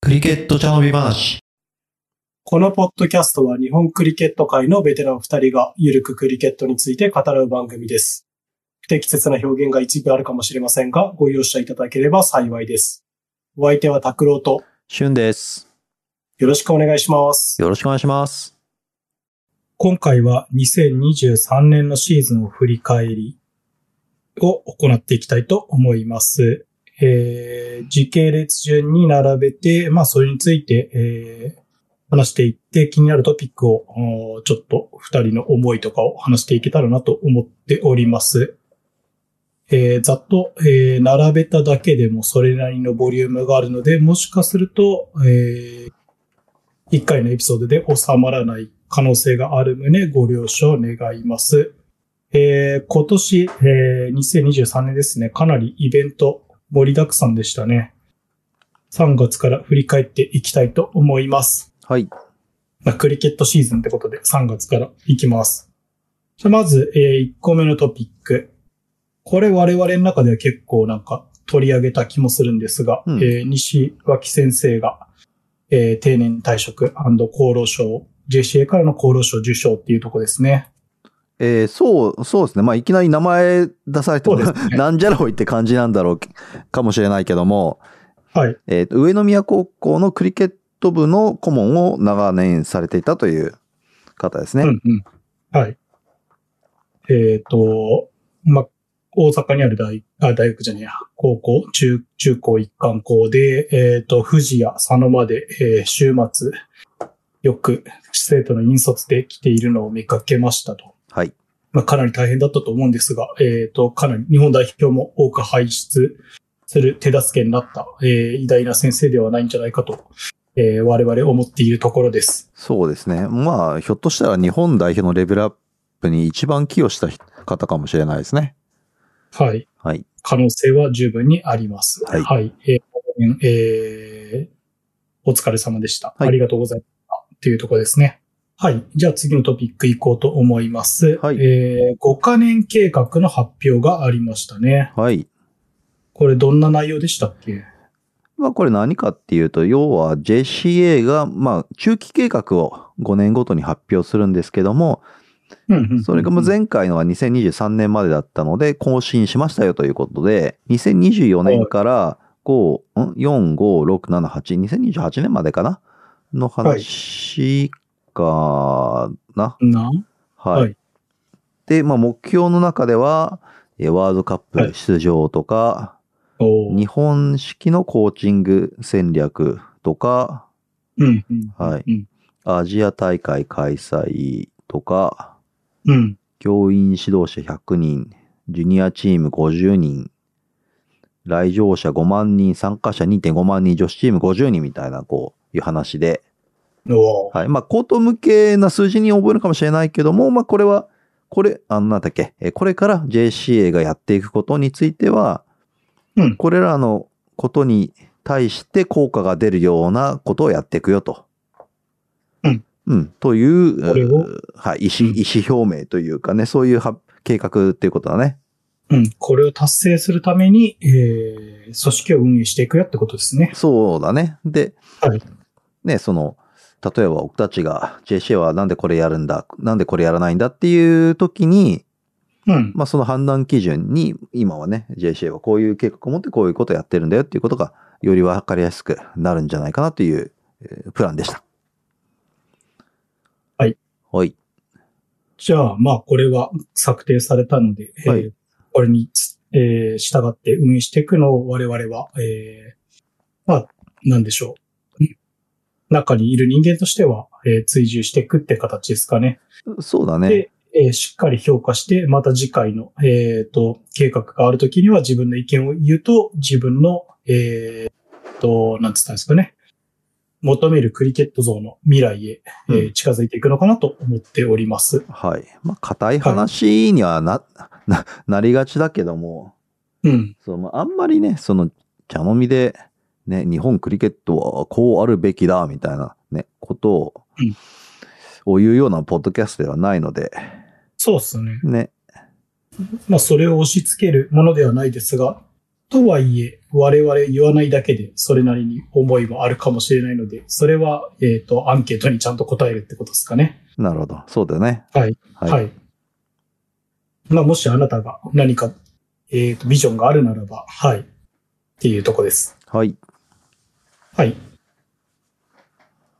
クリケット茶飲み話。このポッドキャストは日本クリケット界のベテラン二人がゆるくクリケットについて語らう番組です。不適切な表現が一部あるかもしれませんが、ご容赦いただければ幸いです。お相手は拓郎としゅんです。よろしくお願いします。よろしくお願いします。今回は2023年のシーズンを振り返りを行っていきたいと思います。えー時系列順に並べて、まあそれについて、えー話していって気になるトピックをおーちょっと二人の思いとかを話していけたらなと思っております。えーざっと、えー並べただけでもそれなりのボリュームがあるので、もしかすると、えー一回のエピソードで収まらない可能性がある旨ご了承願います。えー今年、えー2023年ですね、かなりイベント盛りだくさんでしたね。3月から振り返っていきたいと思います。はい。まあ、クリケットシーズンってことで3月からいきます。じゃあまず、え1個目のトピック。これ我々の中では結構なんか取り上げた気もするんですが、うんえー西脇先生が、えー定年退職厚労省、JCA からの厚労省受賞っていうとこですね。えー、そう、そうですね。まあ、いきなり名前出されても、そうですね なんじゃらほいって感じなんだろうけかもしれないけども、はい。えーと、上宮高校のクリケット部の顧問を長年されていたという方ですね。うんうん。はい。えっ、と、ま、大阪にある大、あ、大学じゃねえや、高校、中、中高一貫校で、えっ、と、富士や佐野まで、えー週末、よく生徒の引率で来ているのを見かけましたと。はい。まあ、かなり大変だったと思うんですが、えっ、と、かなり日本代表も多く輩出する手助けになった、えー偉大な先生ではないんじゃないかと、えー我々思っているところです。そうですね。まあ、ひょっとしたら日本代表のレベルアップに一番寄与した方かもしれないですね。はい。はい。可能性は十分にあります。はいえー応援えーお疲れ様でした。はいありがとうございました。っていうところですね。はい。じゃあ次のトピック行こうと思います。はいえ5カ年計画の発表がありましたね。はい。これどんな内容でしたっけまあこれ何かっていうと、要は JCA が、まあ中期計画を5年ごとに発表するんですけども、それがもう前回のは2023年までだったので、更新しましたよということで、2024年から5、ん ?4、5、6、7、8、2028年までかなの話かな。なはい。はいで、まあ目標の中では、えワールドカップ出場とか、おー日本式のコーチング戦略とか、うんうん。はいうん。アジア大会開催とか、うん。教員指導者100人、ジュニアチーム50人、来場者5万人、参加者2.5万人、女子チーム50人みたいな、こういう話で、おーはい。まあ、口頭向けな数字に覚えるかもしれないけども、まあ、これは、これ、あの、なんだっけ、えこれから JCA がやっていくことについては、うんこれらのことに対して効果が出るようなことをやっていくよと。うん。うん。という、これをうはい、意思、うん意思表明というかね、そういうは計画っていうことだね。うん。これを達成するために、えー組織を運営していくよってことですね。そうだね。で、はいね、その、例えば僕たちが JCA はなんでこれやるんだ、なんでこれやらないんだっていう時に、うん。まあ、その判断基準に、今はね、JCA はこういう計画を持ってこういうことをやってるんだよっていうことが、より分かりやすくなるんじゃないかなという、えープランでした。はい。はい。じゃあ、まあ、これは策定されたので、はいえーこれにつ、えー従って運営していくのを我々は、えーまあ、なんでしょう。中にいる人間としては、えー追従していくって形ですかね。そうだね。で、えーしっかり評価して、また次回の、えっ、と、計画があるときには自分の意見を言うと、自分の、えーと、なんつったんですかね。求めるクリケット像の未来へ、えーうん近づいていくのかなと思っております。はい。まあ、硬い話にはな、な、 なりがちだけども、うん。そう、まあ、あんまりね、その、茶飲みで、ね、日本クリケットはこうあるべきだ、みたいなね、ことを、うんを言うようなポッドキャストではないので、そうっすね。ね。まあ、それを押し付けるものではないですが、とはいえ、我々言わないだけで、それなりに思いもあるかもしれないので、それは、えっ、と、アンケートにちゃんと答えるってことですかね。なるほど。そうだよね。はい。はい。はい。まあ、もしあなたが何か、えっ、と、ビジョンがあるならば、はい。っていうとこです。はい。はい。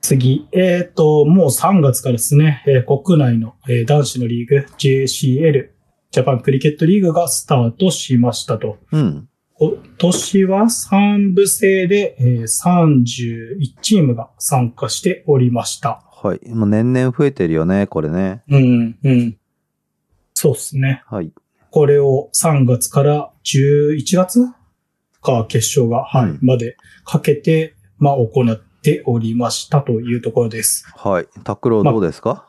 次。えっ、と、もう3月からですね、えー国内の、えー男子のリーグ JCL、ジャパンクリケットリーグがスタートしましたと。うん。今年は3部制で、えー31チームが参加しておりました。はい。もう年々増えてるよね、これね。うん、うん。そうですね。はい。これを3月から11月か決勝が、はいうんまでかけて、まあ、行っておりましたというところです。はい。タクローどうですか、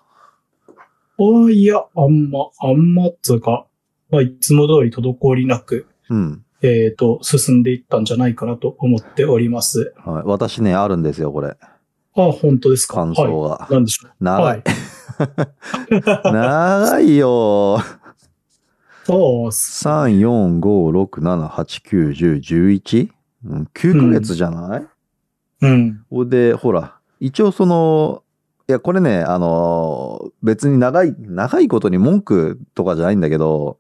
あいや、あんま、あんまっつうか、まあ、いつも通り滞りなく、うん。えっ、と、進んでいったんじゃないかなと思っております。はい。私ね、あるんですよ、これ。あ、本当ですか。感想はが。い。なんでしょう。長い。はい 長いよ。そうっす。 3、4、5、6、7、8、9、10、11? うん、9ヶ月じゃない、うん。で、ほら、一応その、いや、これね、あのー、別に長い、長いことに文句とかじゃないんだけど、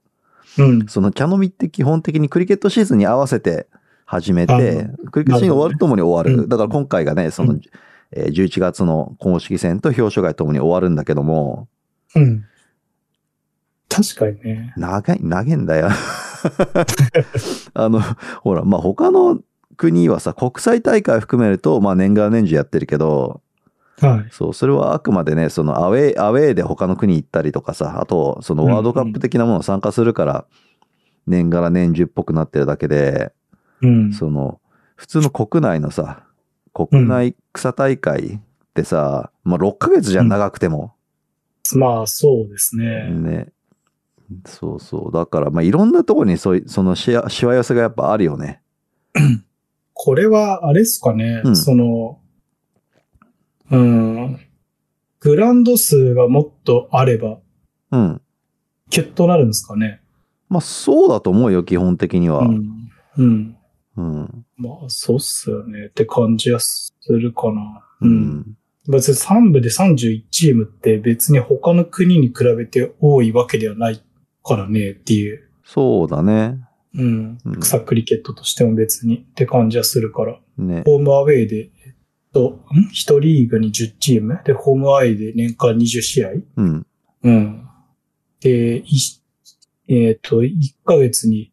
うん。そのキャノミって基本的にクリケットシーズンに合わせて始めあて、クリケットシーズンが終わるともに終わうる。んだから今回がね、その、うんえー11月の公式戦と表彰会ともに終わるんだけども、うん。確かにね。長い、長いんだ よ。あの、ほら、まあ、他の国はさ、国際大会含めると、まあ、年がら年中やってるけど、はい。そう、それはあくまでね、そのアウェイ、アウェイで他の国行ったりとかさ、あと、そのワールドカップ的なものを参加するから、年がら年中っぽくなってるだけで、うん。その、普通の国内のさ、国内草大会ってさ、まあ、6ヶ月じゃん、長くても。まあ、そうですね。ね。そうそう。だから、まあ、いろんなところにそうい、そのしわ、しわ寄せがやっぱあるよね。これは、あれですかね、うんその、うん、グランド数がもっとあれば、うん。キュッとなるんですかね。まあ、そうだと思うよ、基本的には。ううん。ん。うん。うん。まあ、そうっすよねって感じはするかな。うん。別に3部で31チームって別に他の国に比べて多いわけではないからねっていう。そうだね。うんうん。草クリケットとしても別にって感じはするから。ね。ホームアウェイで、えっと、ん ?1 リーグに10チームで、ホームアウェイで年間20試合うん。うん。で、いえっ、と、1ヶ月に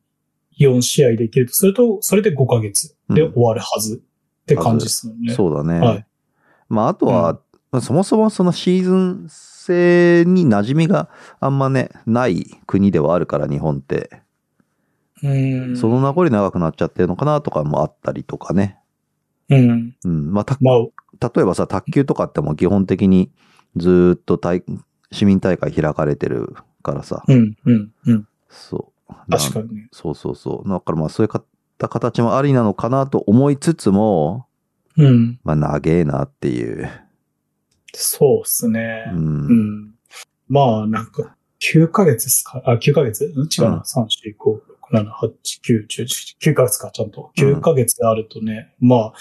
4試合できるとすると、それで5ヶ月でうん終わるはずって感じですもんね。そうだね。はいまあ、あとは、うんまあそもそもそのシーズン制に馴染みがあんまね、ない国ではあるから、日本って。うん。その名残長くなっちゃってるのかなとかもあったりとかね。うん。うん。まあ、たまあ、例えばさ、卓球とかってもう基本的にずーっと大市民大会開かれてるからさ、うん、うん、うん。そう。確かに。にね。そうそうそう。だからまあそういった形もありなのかなと思いつつも、うん。まあ長えなっていう。そうっすねう。うん。ん。まあ、なんか、9ヶ月ですかあ、9ヶ月うん違ううんな。3、4、5、6、7、8、9、10、11 9ヶ月か、ちゃんと。9ヶ月であるとね、まあ、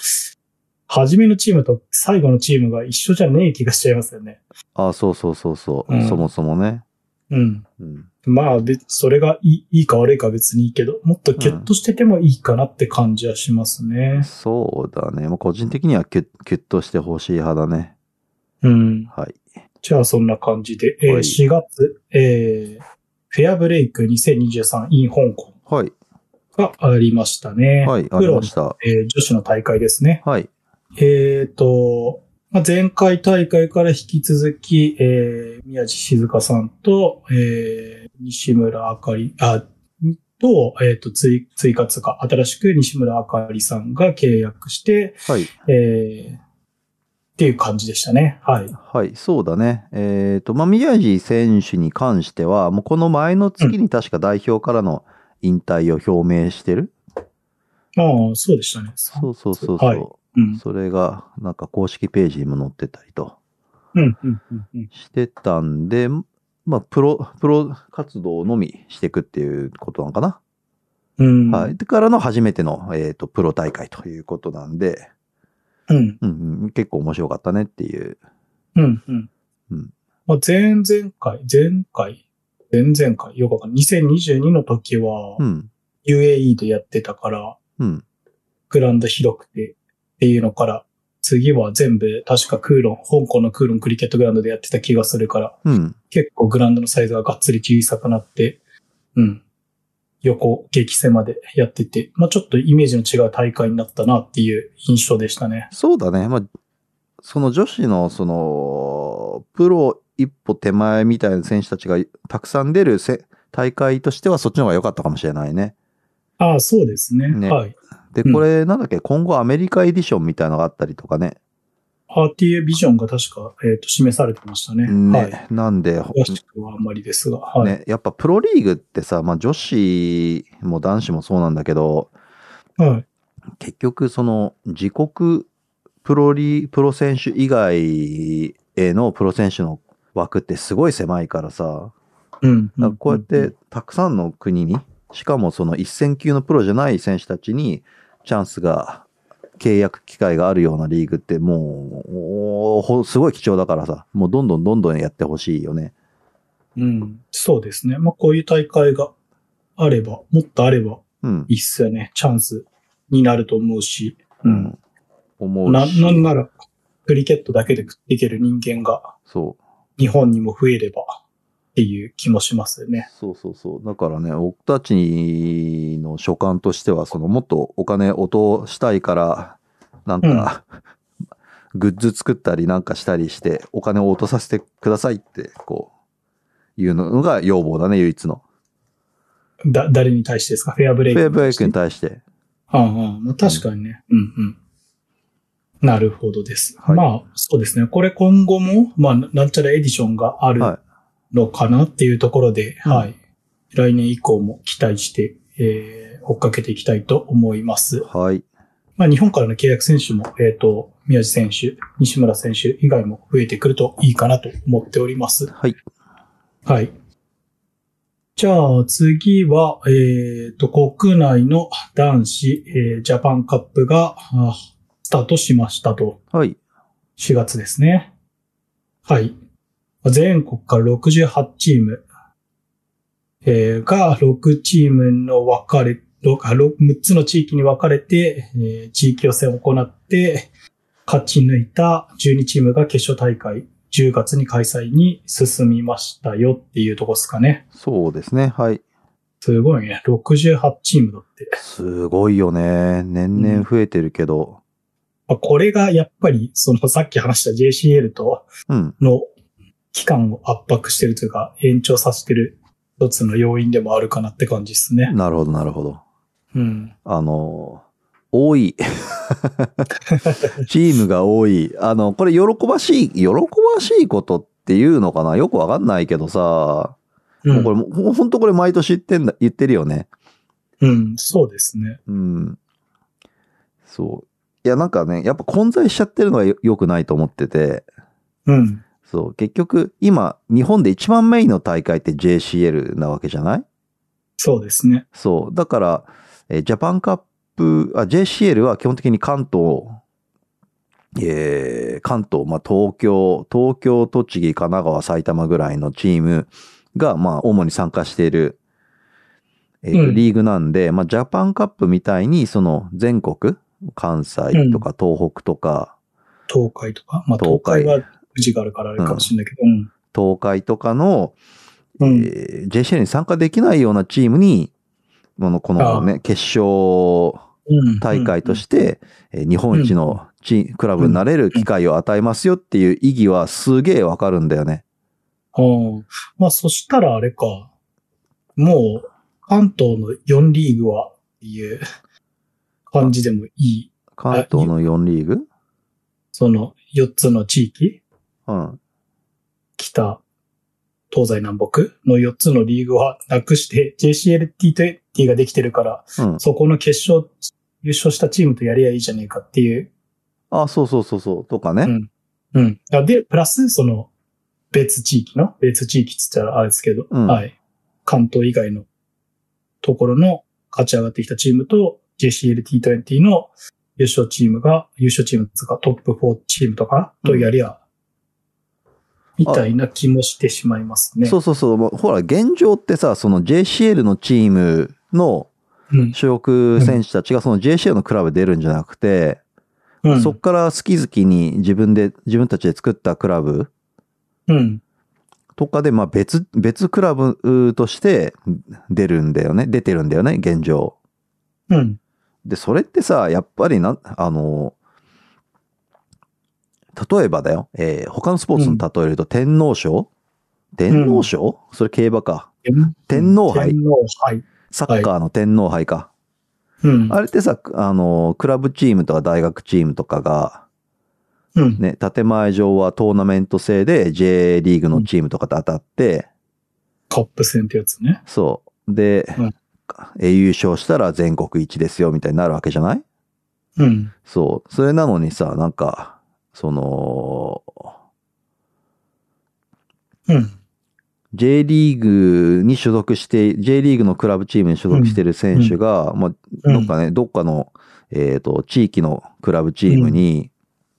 初めのチームと最後のチームが一緒じゃねえ気がしちゃいますよね。ああ、そうそうそうそう。うんそもそもね。うん。うん。まあ、別、それがいいいいか悪いかは別にいいけど、もっとキュッとしててもいいかなって感じはしますね。そうだね。もう個人的にはキュッ、キュッとしてほしい派だね。うん。はい。じゃあ、そんな感じで、えーはい4月、えーフェアブレイク2023 in 香港はい。がありましたね。はい。あプりロまのし、た。えー女子の大会ですね。はい。えっ、と、まあ、前回大会から引き続き、えー宮地静香さんと、えー西村あかり、あ、と、えっ、と、追追加つうか、新しく西村あかりさんが契約して、はい。えーっていう感じでしたね。はい。はい、そうだね。えっ、と、まあ、宮地選手に関しては、もうこの前の月に確か代表からの引退を表明してる。ああ、そうでしたね。そうそうそうそう。はいうん。それが、なんか公式ページにも載ってたりとうん、うん、うん、うん。してたんで、まあ、プロ、プロ活動のみしていくっていうことなのかな。うん。はい。。でからの初めての、えっ、と、プロ大会ということなんで、うん。うんうん、結構面白かったねっていう。うん。うん。うんまあ、前々回、前回、前々回、よくわかんない。2022の時はう、ん。 UAE でやってたから、うん。グラウンド広くてっていうのから、次は全部、確かクーロン、香港のクーロンクリケットグラウンドでやってた気がするから、うん。結構グラウンドのサイズががっつり小さくなって、うん。横、激狭でやってて、まあちょっとイメージの違う大会になったなっていう印象でしたね。そうだね。まあ、その女子の、その、プロ一歩手前みたいな選手たちがたくさん出るせ大会としては、そっちの方が良かったかもしれないね。ああ、そうですね。ねはい。で、うんこれ、なんだっけ、今後アメリカエディションみたいのがあったりとかね。 RTA ビジョンが確か、えっ、と、示されてましたね。ね。はい。なんで、ほ詳しくはあんまりですが、はい。ね、やっぱプロリーグってさ、まあ女子も男子もそうなんだけど、はい。結局その自国プロリ、プロ選手以外へのプロ選手の枠ってすごい狭いからさ、うん。だからこうやってたくさんの国に、しかもその一戦級のプロじゃない選手たちにチャンスが、契約機会があるようなリーグってもうおー、ほすごい貴重だからさ、もうどんどんどんどんやってほしいよね。うん。そうですね。まあこういう大会があれば、もっとあれば、うん。いいっすよね。チャンスになると思うし、うん。思うな、し。なんなら、クリケットだけで食っていける人間がそう。日本にも増えればっていう気もしますよね。そうそうそう。だからね、僕たちの所感としては、そのもっとお金落としたいから、なんか、 グッズ作ったりなんかしたりして、お金を落とさせてくださいって、こう、いうのが要望だね、唯一の。だ、誰に対してですかフェアブレフイェク。アブレイクにに対して。対して。ああああ、まあ、確かにね。うんうん。なるほどです。はいまあ、そうですね。これ今後も、まあ、なんちゃらエディションがあるはのかなっていうところで、うんはい。来年以降も期待して、えー、追っかけていきたいと思います。はい。まあ、日本からの契約選手も、えっ、と、宮地選手、西村選手以外も増えてくるといいかなと思っております。はい。はい。じゃあ次は、えっ、と、国内の男子、えージャパンカップがあスタートしましたと。はい。 4月ですね。はい。全国から68チーム、えーが6チームの分かれ、6, 6つの地域に分かれて、えー地域予選を行って、勝ち抜いた12チームが決勝大会、10月に開催に進みましたよっていうとこですかね。そうですね。はい。すごいね。68チームだって。すごいよね。年々増えてるけど。まあこれがやっぱり、そのさっき話した JCL とうん。の期間を圧迫してるというか、延長させてる一つの要因でもあるかなって感じですね。なるほど、なるほど。 うん。あの、多い。チームが多い。あの、これ喜ばしい、喜ばしいことっていうのかなよくわかんないけどさ、う、もうんこれ、もうほんとこれ毎年言ってんだ、言ってるよね。うん、そうですね。うん。そう。いや、なんかね、やっぱ混在しちゃってるのがよ良くないと思ってて、うん。そう、結局、今、日本で一番メインの大会って JCL なわけじゃないそうですね。そう。だから、えージャパンカップ、あ、JCL は基本的に関東、えー関東、まあ、東京、東京、栃木、神奈川、埼玉ぐらいのチームが、まあ、主に参加している、えーとうんリーグなんで、まあ、ジャパンカップみたいに、その、全国、関西とか東北とか、東海とか。まあ、東東海海は富士があるからあれかもしれないけど。うん。東海とかの、うん。えー JCL に参加できないようなチームに、この、このね、決勝、うん大会として、えー日本一のチークラブになれる機会を与えますよっていう意義はすげえわかるんだよね。うん。まあ、そしたらあれか。もう、関東の4リーグは、っていう感じでもいい。関東の4リーグその4つの地域うん。北、東西南北の4つのリーグはなくして、JCLT20 ができてるから、うん。そこの決勝、優勝したチームとやりゃいいじゃねえかっていう。あ、そうそうそうそう。とかね。うん。うん。あで、プラス、その、別地域の、別地域って言ったらあれですけど、うんはい。関東以外のところの勝ち上がってきたチームと JCLT20 の優勝チームが、優勝チームとかトップ4チームとかとやりゃ、みたいな気もしてしまいますね。そうそうそう。もうほら、現状ってさ、その JCL のチームのうん。主力選手たちがその JCL のクラブ出るんじゃなくて、うん。そっから好き好きに自分で、自分たちで作ったクラブうん。とかで、まあ別、別クラブとして出るんだよね。出てるんだよね、現状。うん。で、それってさ、やっぱりな、あの、例えばだよ、えー他のスポーツに例えると天皇賞、天皇賞、それ競馬か。天皇杯天皇杯。サッカーの天皇杯か。うん。あれってさ、あの、クラブチームとか大学チームとかが、うん。ね、建前上はトーナメント制で J リーグのチームとかと当たって、カップ戦ってやつね。そう。で、うんえ優勝したら全国一ですよ、みたいになるわけじゃないうん。そう。それなのにさ、なんか、その、うん。 J リーグに所属して、J リーグのクラブチームに所属してる選手が、まあ、うんどっかね、どっかの、えっ、と、地域のクラブチームに、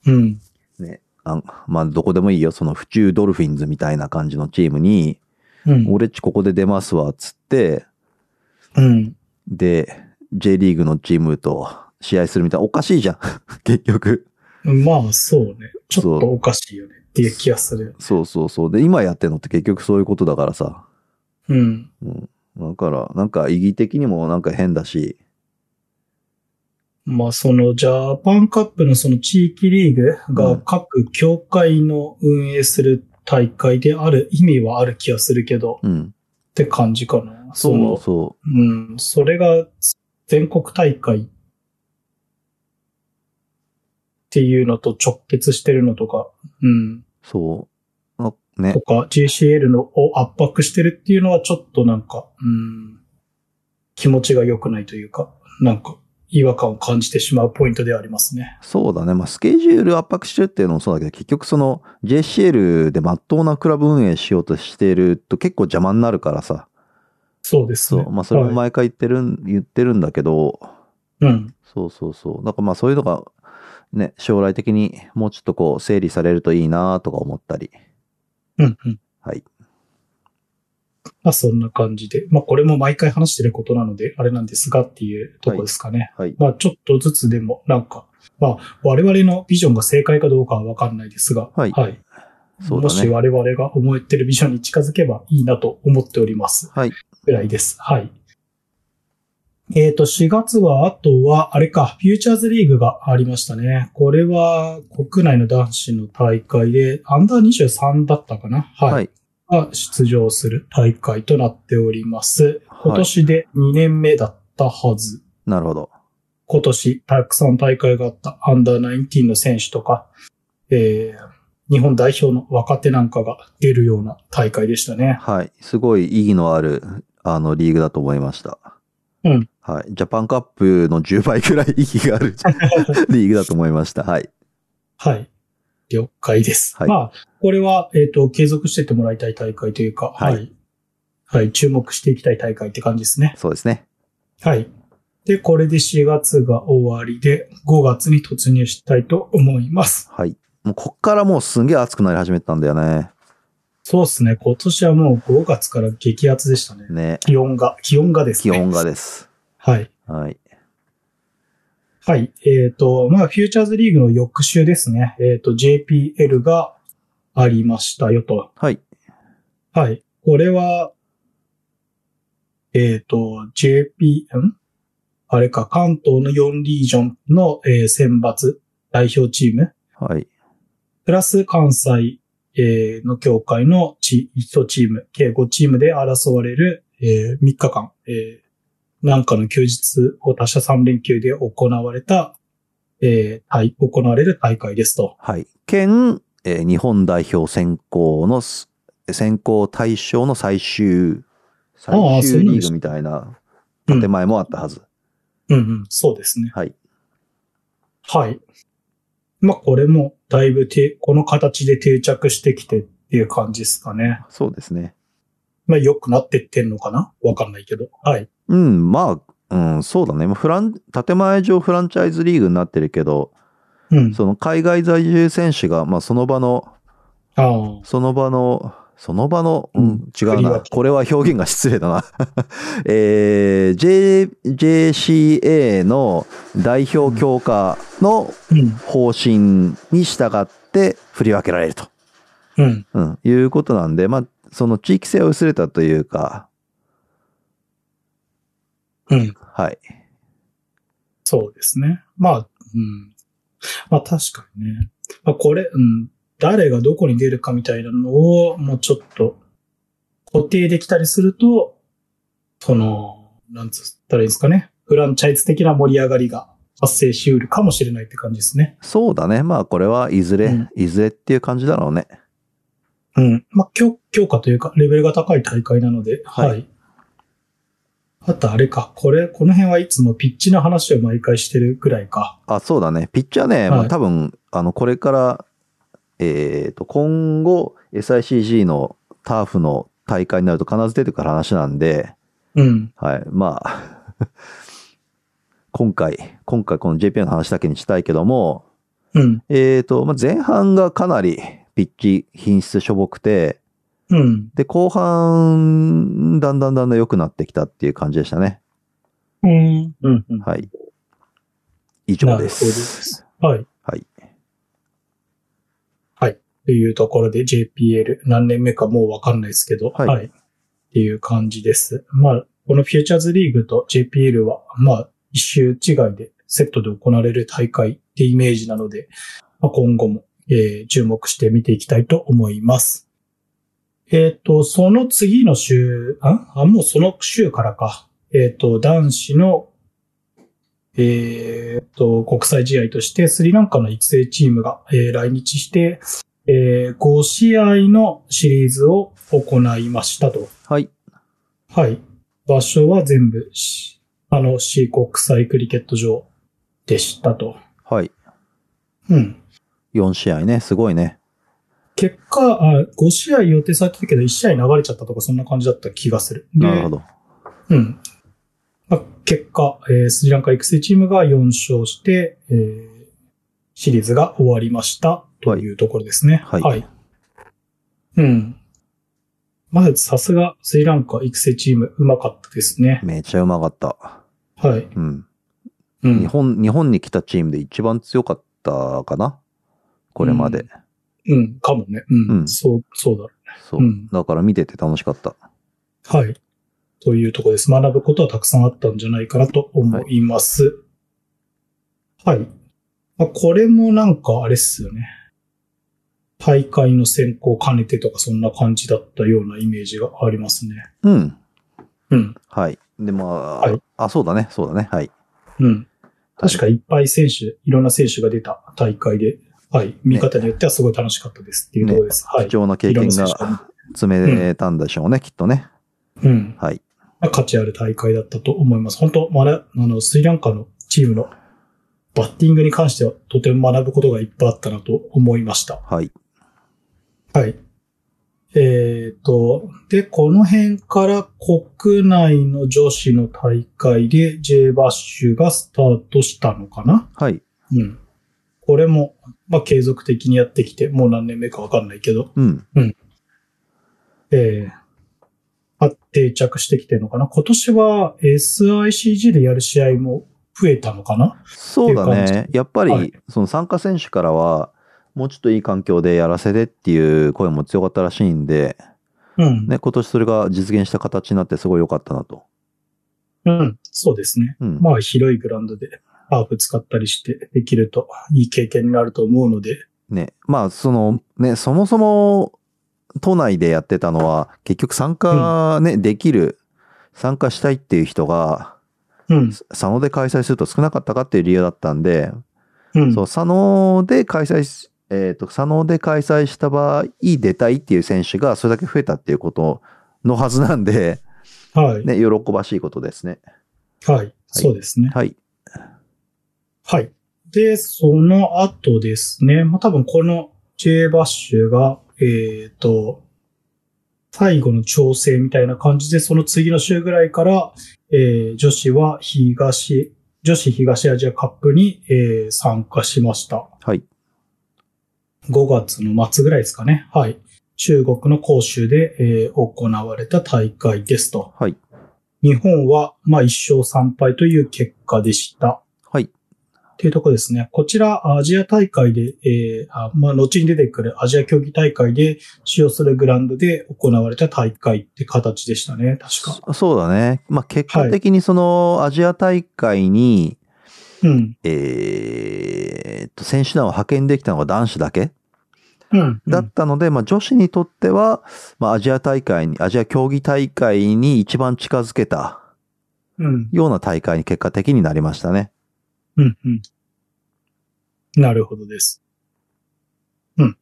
うん。ね、あまあ、どこでもいいよ、その府中ドルフィンズみたいな感じのチームに、うん。俺っちここで出ますわ、つって、うん。で、J リーグのチームと試合するみたいな、おかしいじゃん、 結局。まあ、そうね。ちょっとそうおかしいよね。っていう気がする。そうそうそう。で、今やってるのって結局そういうことだからさ。うん。うん。だから、なんか意義的にもなんか変だし、まあ、その、ジャパンカップのその地域リーグうがん各協会の運営する大会である意味はある気がするけど、うん。って感じかな。そうのそうん。それが全国大会っていうのと直結してるのとか、うん。う、そう。あねと。か、JCL のを圧迫してるっていうのはちょっとなんか、うん、気持ちが良くないというか、なんか違和感を感じてしまうポイントではありますね。そうだね。まあ、スケジュール圧迫してるっていうのもそうだけど、結局その JCL で真っ当なクラブ運営しようとしてると結構邪魔になるからさ。そうです、そね。う。まあ、それも毎回言ってるん、言ってるんだけど、はいうん。そうそうそう。なんかまあ、そういうのが、ね、将来的にもうちょっとこう、整理されるといいなとか思ったり。うん、うん。はい。まあそんな感じで。まあこれも毎回話してることなので、あれなんですがっていうとこですかね。はい。まあちょっとずつでもなんか、まあ我々のビジョンが正解かどうかはわかんないですが、はいそうもだしね。我々が思ってるビジョンに近づけばいいなと思っております。はい。ぐらいです。はい。えっ、と、4月は、あとは、あれか、フューチャーズリーグがありましたね。これは、国内の男子の大会で、アンダー23だったかなはい。はいが出場する大会となっております。はい今年で2年目だったはず。なるほど。今年たくさん大会があったアンダー19の選手とか、えー、日本代表の若手なんかが出るような大会でしたね。はい。すごい意義のある、あの、リーグだと思いました。うん。はい。ジャパンカップの10倍くらい意義がある リーグだと思いました。はい。はい。了解です。はいまあ、これは、えっ、と、継続してってもらいたい大会というか、はいはい。はい、注目していきたい大会って感じですね。そうですね。はい。で、これで4月が終わりで、5月に突入したいと思います。はい。もうこっからもうすんげえ暑くなり始めたんだよね。そうですね。今年はもう5月から激アツでしたね。ね。気温が、気温がです気ね。温がです。はい。はい。はい。えっ、と、まあ、フューチャーズリーグの翌週ですね。えっ、と、JPL がありましたよと。はい。はい。これは、えっ、と、JP、んあれか、関東の4リージョンの、えー選抜代表チーム、はい。プラス関西、えーの協会のチ1チーム、計5チームで争われる、え3日間、えーなんかの休日を他社3連休で行われた、えー大行われる大会ですと。はい。県、えー日本代表選考のす、選考対象の最終、最ああそう終なんリでーすグみたいなうん建前もあったはず。うんうん、そうですね。はい。はい。まあ、これも、だいぶて、この形で定着してきてっていう感じですかね。そうですね。まあ、良くなってってんのかなわかんないけど。はい。うん、まあ、うん、そうだね。まあフラン、建前上フランチャイズリーグになってるけど、うん。その海外在住選手が、まあ、その場の、ああ。その場の、その場の、ううんん、違う振りな。分けこれは表現が失礼だな。 えー、J、JCA の代表強化のうん。方針に従って振り分けられると、うん。うん、いうことなんで、まあ、その地域性を薄れたというか、うん。はい。そうですね。まあ、うん。まあ確かにね。まあこれ、うん。誰がどこに出るかみたいなのを、もうちょっと、固定できたりすると、その、なんつったらいいですかね。フランチャイズ的な盛り上がりが発生しうるかもしれないって感じですね。そうだね。まあ、これはいずれ、うんいずれっていう感じだろうね。うん。まあ、強、強化というか、レベルが高い大会なので、ははいい。あとあれか、これ、この辺はいつもピッチの話を毎回してるくらいか。あ、そうだね。ピッチャーね、まはあ、い多分、あの、これから、えっ、と、今後、SICG のターフの大会になると必ず出てくる話なんで、うん。はい。まあ、 今回、今回この JPL の話だけにしたいけども、うん。えっ、と、まあ、前半がかなりピッチ品質しょぼくて、うん。で、後半、だんだんだんだん良くなってきたっていう感じでしたね。うん。うん。うんはい。以上です。はい。はい。はい。というところで JPL 何年目かもうわかんないですけど、はいっていう感じです。まあ、このフューチャーズリーグと JPL は、まあ、一周違いでセットで行われる大会ってイメージなので、まあ、今後も、えー注目して見ていきたいと思います。えっ、と、その次の週、ああ、もうその週からか。えっ、と、男子のえーっと、国際試合としてスリランカの育成チームが、えー来日して、えー5試合のシリーズを行いましたと。はい。はい。場所は全部し、あの、C 国際クリケット場でしたと。はい。うん。 4試合ね、すごいね。結果、あ5試合予定されてたけど、1試合流れちゃったとか、そんな感じだった気がする。でなるほど。うん。まあ、結果、えースリランカ育成チームが4勝して、えーシリーズが終わりましたというところですね。はいうん。まあ、さすがスリランカ育成チーム、うまかったですね。めちゃうまかった。はい。うん。う日ん。本、日本に来たチームで一番強かったかなこれまで。うん、かもね。うん。うんそう、そうだ。そう、うんだから見てて楽しかった。はい。というところです。学ぶことはたくさんあったんじゃないかなと思います。はい。まあ、これもなんかあれっすよね。大会の選考を兼ねてとかそんな感じだったようなイメージがありますね。うん。うん。はい。で、まあ、はいあ、そうだね、そうだね。はい。うん。確かいっぱい選手、いろんな選手が出た大会で、はい。見方によってはすごい楽しかったですっていうところです。はい貴。重な経いろん験な選手が見が詰めたんでしょうね、きっとね。うん。はい。まあ価値ある大会だったと思います。本当、まだ、あの、スリランカのチームのバッティングに関してはとても学ぶことがいっぱいあったなと思いました。はい。はい。えっ、と、で、この辺から国内の女子の大会で J バッシュがスタートしたのかなはい。うん。これも、まあ、継続的にやってきて、もう何年目かわかんないけど、うん。えーあ定着してきてるのかな。今年は SICG でやる試合も増えたのかなそうだっていうね。やっぱり、はいその参加選手からは、もうちょっといい環境でやらせてっていう声も強かったらしいんで、うん。ね、今年それが実現した形になってすごい良かったなと。うん。そうですね。うん。まあ、広いグラウンドでハープ使ったりしてできるといい経験になると思うので、ね、まあ、その、ね、そもそも、都内でやってたのは、結局参加ね、できる、参加したいっていう人が、うん。佐野で開催すると少なかったかっていう理由だったんで、うん。そう、佐野で開催し、えっ、と、佐野で開催した場合、出たいっていう選手がそれだけ増えたっていうことのはずなんで、はい、ね、喜ばしいことですね。はい。そうですね。はい。はい。で、その後ですね、まあ、多分この J バッシュが、えっ、と、最後の調整みたいな感じで、その次の週ぐらいから、えー女子は東、女子東アジアカップに、えー参加しました。はい。 5月の末ぐらいですかね。はい。中国の杭州で、えー行われた大会ですと。はい。日本は、まあ、1勝3敗という結果でした。はい。っていうとこですね。こちら、アジア大会で、えーあまあ、後に出てくるアジア競技大会で使用するグラウンドで行われた大会って形でしたね。確そか。そうだね。まあ、結果的にそのアジア大会に、うん。えーっと、選手団を派遣できたのが男子だけうん。だったので、まあ、女子にとっては、まあ、アジア大会に、アジア競技大会に一番近づけたうん。ような大会に結果的になりましたね。うん。うん。なるほどです。うん。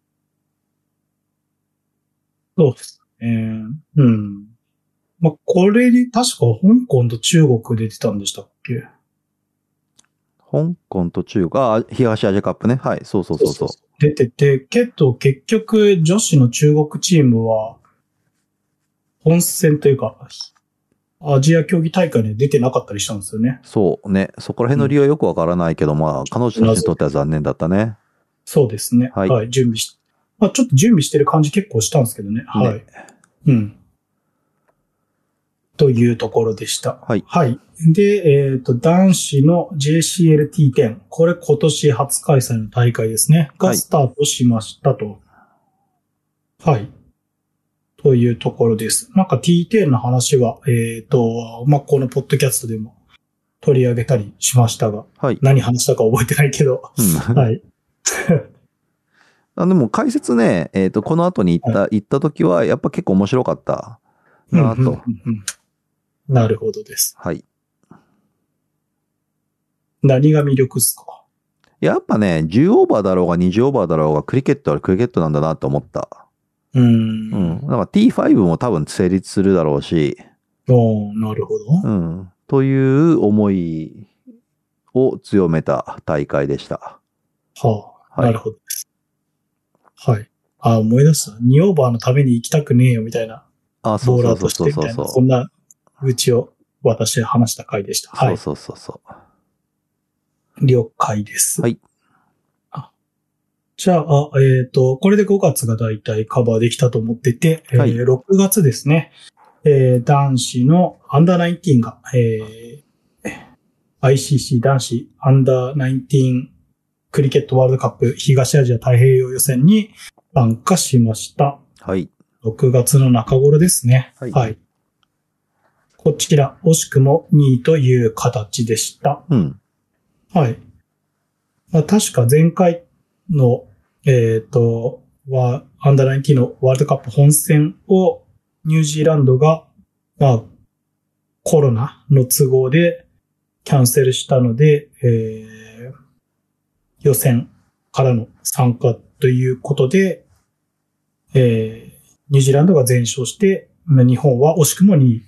そうですね。うん。まあ、これに確か香港と中国で出てたんでしたっけ香港と中国、あ、東アジアカップね。はい、そうそうそうそう。出てて、けど結局女子の中国チームは、本戦というか、アジア競技大会には出てなかったりしたんですよね。そうね。そこら辺の理由はよくわからないけど、まあ、彼女たちにとっては残念だったね。そうですね。ははいい。準備し、まあちょっと準備してる感じ結構したんですけどね。はい。ねうん。というところでした。はいはい。で、えっ、と、男子の JCLT10。これ今年初開催の大会ですね。はがいスタートしましたと。はい。というところです。なんか T10 の話は、えっ、と、まあ、このポッドキャストでも取り上げたりしましたが、はい。何話したか覚えてないけど。うんはい。 あでも解説ね、えっ、と、この後に行った、行った時は、やっぱ結構面白かったなうんうんと。うんうんなるほどです。はい。何が魅力ですかやっぱね、10オーバーだろうが20オーバーだろうが、クリケットはクリケットなんだなと思った。ううんん。なんか T5 も多分成立するだろうし、おーなるほど。うん。という思いを強めた大会でした。はあ、はいなるほどです。はい。あ、思い出した。ニオーバーのために行きたくねえよみたいな、あ、そボうーそラうーそとうしてそうみそたうそいな、う。そんな愚痴を私は話した回でした。はそうい。そうそうそう。了解です。はいあ。じゃあ、あえっ、と、これで5月がだいたいカバーできたと思ってて、えーはい6月ですね、えー男子のアンダー19が、えー ICC 男子アンダー19クリケットワールドカップ東アジア太平洋予選に参加しました。はい。 6月の中頃ですね。はいこちら、惜しくも2位という形でした。うん。はい。まあ、確か前回の、えっ、と、は、アンダーライン機のワールドカップ本戦をニュージーランドが、まあ、コロナの都合でキャンセルしたので、えー予選からの参加ということで、えーニュージーランドが全勝して、まあ日本は惜しくも2位っ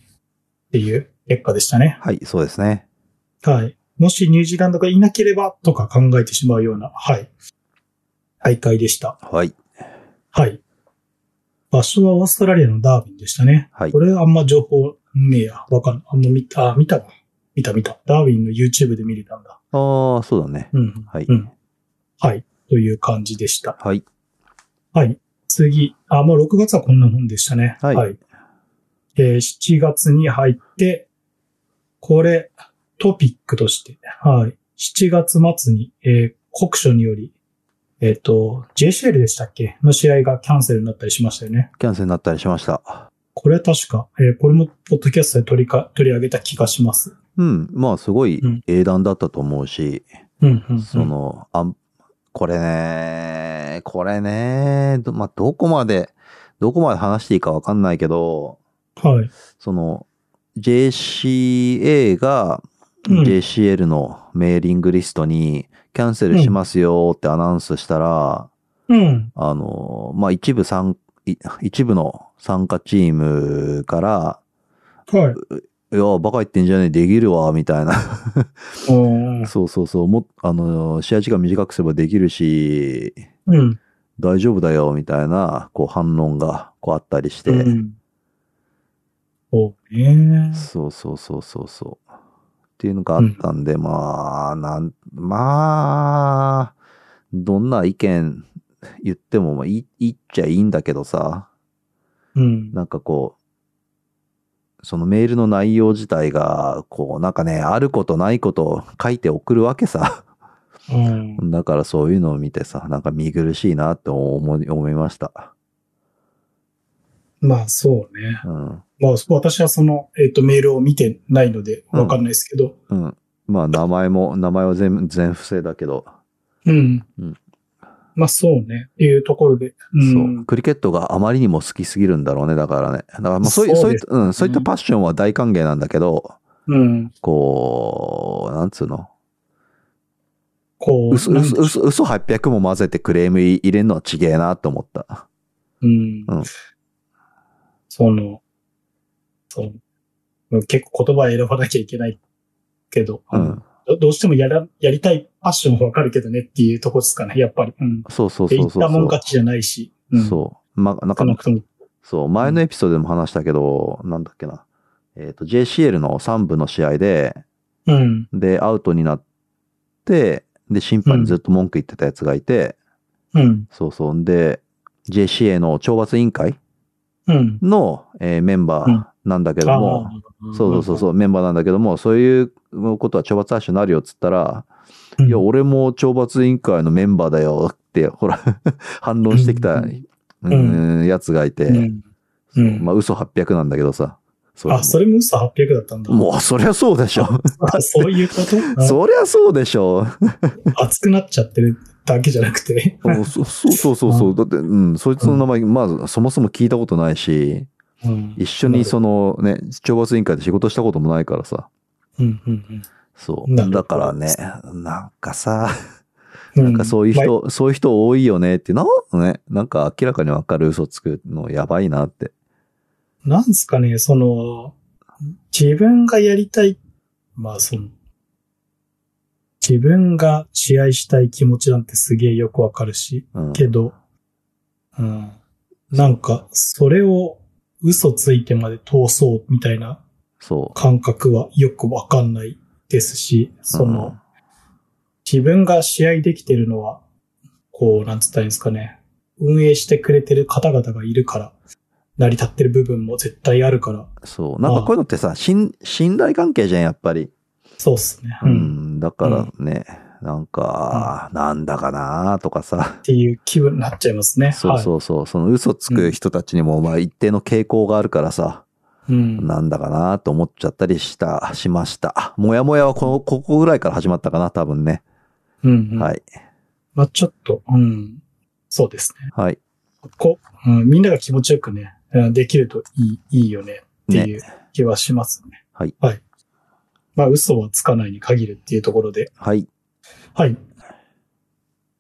ていう結果でしたね。はい、そうですね。はい。もしニュージーランドがいなければとか考えてしまうような、はい。大会でした。はい。はい。場所はオーストラリアのダービンでしたね。はいこ。れあんま情報ねえや。わかんない。あんま見た、あ、見たわ見た見た。ダービンの YouTube で見れたんだ。ああ、そうだね。うん。はいうん。はい。という感じでした。はい。はい。次。あ、もう6月はこんなもんでしたね。はいえー7月に入って、これ、トピックとして、はい。7月末に、えー国書により、えっ、と、JCL でしたっけの試合がキャンセルになったりしましたよね。キャンセルになったりしました。これ確か、えーこれも、ポッドキャストで取りか、取り上げた気がします。うん。まあ、すごいうん英断だったと思うし、うん、うん。そ、の、あん、これね、これね、どまあ、どこまで、どこまで話していいかわかんないけど、はい。その、JCA がうん JCL のメーリングリストにキャンセルしますよってアナウンスしたら、うん。あの、まあ、一部参、い一部の参加チームから、はい。いや、バカ言ってんじゃねえ、できるわ、みたいな。おー そうそうそう、もっ、あの、試合時間短くすればできるし、うん。大丈夫だよ、みたいな、こう反論が、こうあったりして、うん。そうね。そうそうそうそうそう。っていうのがあったんで、まあ、なん、まあ、どんな意見言っても、まあ、い言っちゃいいんだけどさ、うん。なんかこう、そのメールの内容自体が、こう、なんかね、あることないことを書いて送るわけさ。うん。だからそういうのを見てさ、なんか見苦しいなって思い思いました。まあそうね。うん。まあ私はその、えっ、と、メールを見てないので、わかんないですけど。うん。まあ、名前も、名前は全全不正だけど、うん。うんまあそうね。っていうところで。うん。そう。クリケットがあまりにも好きすぎるんだろうね。だからね。だからまあそういう、そそうういでう、うん、そういったパッションは大歓迎なんだけど、うん。こう、なんつうの。こう。嘘、なんでし嘘、ょう嘘、嘘800も混ぜてクレーム入れるのはちげえなと思った。うんうんその、そう。結構言葉選ばなきゃいけないけど、うん。どどうしてもやら、やりたいパッションはわかるけどねっていうとこですかね、やっぱり。うん。そうそうってそ言うっそうたもんそ勝ちじゃないし。う。うん。そう。まあ、なん少か、なくとも。そう、前のエピソードでも話したけど、なんだっけな。えっ、と、JCL の3部の試合で、うん。で、アウトになって、で、審判にずっと文句言ってたやつがいて、うん。そうそう。んで、JCA の懲罰委員会うん。の、えーメンバーなんだけども、あーそうそうそうそう、メンバーなんだけども、そういうことは懲罰対象になるよっつったら、うんいや、俺も懲罰委員会のメンバーだよって、 ほら、反論してきた、ううんーん、やつがいて、うんそううんまあ、嘘800なんだけどさ。それもあ、それも嘘800だったんだ。もう、そりゃそうでしょ。あそういうこ とそりゃそうでしょ。 あ熱くなっちゃってるだけじゃなくて。 そうそうそうそうそう。だって、うん、そいつの名前、まあ、そもそも聞いたことないし、うん。一緒にそのね、懲罰委員会で仕事したこともないからさ。うん。うん。そう。なるほどだからね、なんかさ、うん。なんかそういうまあ人、そういう人多いよねって、な、ね、なんか明らかにわかる嘘つくのやばいなって。なんですかね、その、自分がやりたい、まあその、自分が試合したい気持ちなんてすげえよくわかるし、うん。けど、うん、なんか、それを嘘ついてまで通そうみたいなそ感覚はよくわかんないですし、う。その、うん自分が試合できてるのは、こう、なんつったらいいんですかね。運営してくれてる方々がいるから、成り立ってる部分も絶対あるから、そう。なんかこういうのってさ、信、信頼関係じゃん、やっぱり。そうっすね。ううん。ん。だからね、なんか、なんだかなーとかさっ。ていう気分になっちゃいますね。そうそうそう。その嘘つく人たちにも、まあ一定の傾向があるからさ。はい。うん。なんだかなと思っちゃったりした、しました。もやもやはこの、ここぐらいから始まったかな、多分ね。うん、うん。はい。まあちょっと、うん。そうですね。はい。ここ、うん、みんなが気持ちよくね、うんできるといい、いいよねっていう気はしますね。はい。はい。まあ嘘はつかないに限るっていうところで、はい。はい。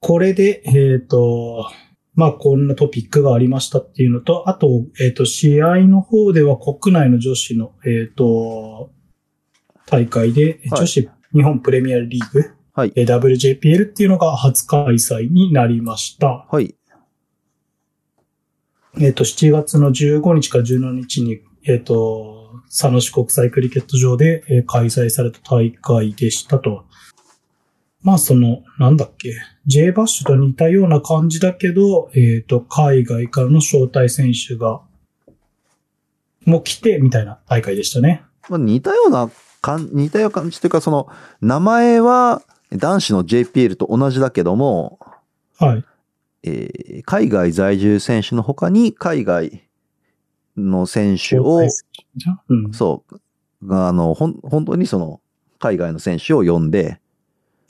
これで、えっ、と、まあ、こんなトピックがありましたっていうのと、あと、えっ、と、試合の方では国内の女子の、えっ、と、大会で、はい女子日本プレミアリーグ、はいえー WJPL っていうのが初開催になりました。はい。えっ、と、7月の15日から17日に、えっ、と、佐野市国際クリケット場で、えー開催された大会でしたと。まあ、その、なんだっけ、J バッシュと似たような感じだけど、えっ、と、海外からの招待選手が、もう来て、みたいな大会でしたね。まあ、似たような感、似たような感じというか、その、名前は男子の JPL と同じだけども、はい。えー海外在住選手の他に海外の選手を、招待選手じゃんうん。そう、あの、ほん、本当にその、海外の選手を呼んで、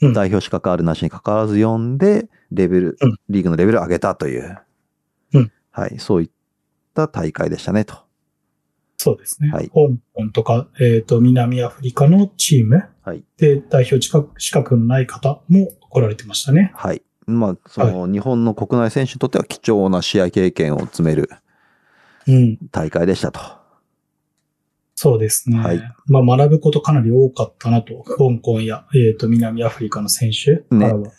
うん代表資格あるなしに関わらず呼んで、レベル、うんリーグのレベルを上げたという、うんはい、そういった大会でしたね、と。そうですね。はい香港とか、えっ、と、南アフリカのチームはいで代表資格資格のない方も来られてましたね。はい。まあ、その、日本の国内選手にとっては貴重な試合経験を詰めるうん。大会でしたと。そうですね。はいまあ、学ぶことかなり多かったなと、香港や、えっ、と、南アフリカの選手からは、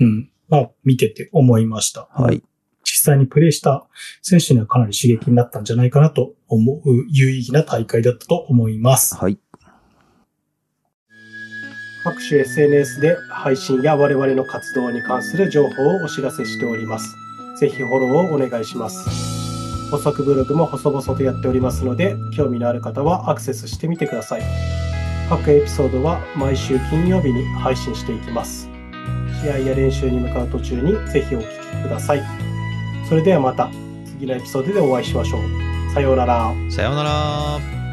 うん。まあ、見てて思いました。はい。実際にプレイした選手にはかなり刺激になったんじゃないかなと思う有意義な大会だったと思います。はい。各種 SNS で配信や我々の活動に関する情報をお知らせしております。ぜひフォローをお願いします。補足ブログも細々とやっておりますので、興味のある方はアクセスしてみてください。各エピソードは毎週金曜日に配信していきます。試合や練習に向かう途中にぜひお聞きください。それではまた次のエピソードでお会いしましょう。さようなら。さようなら。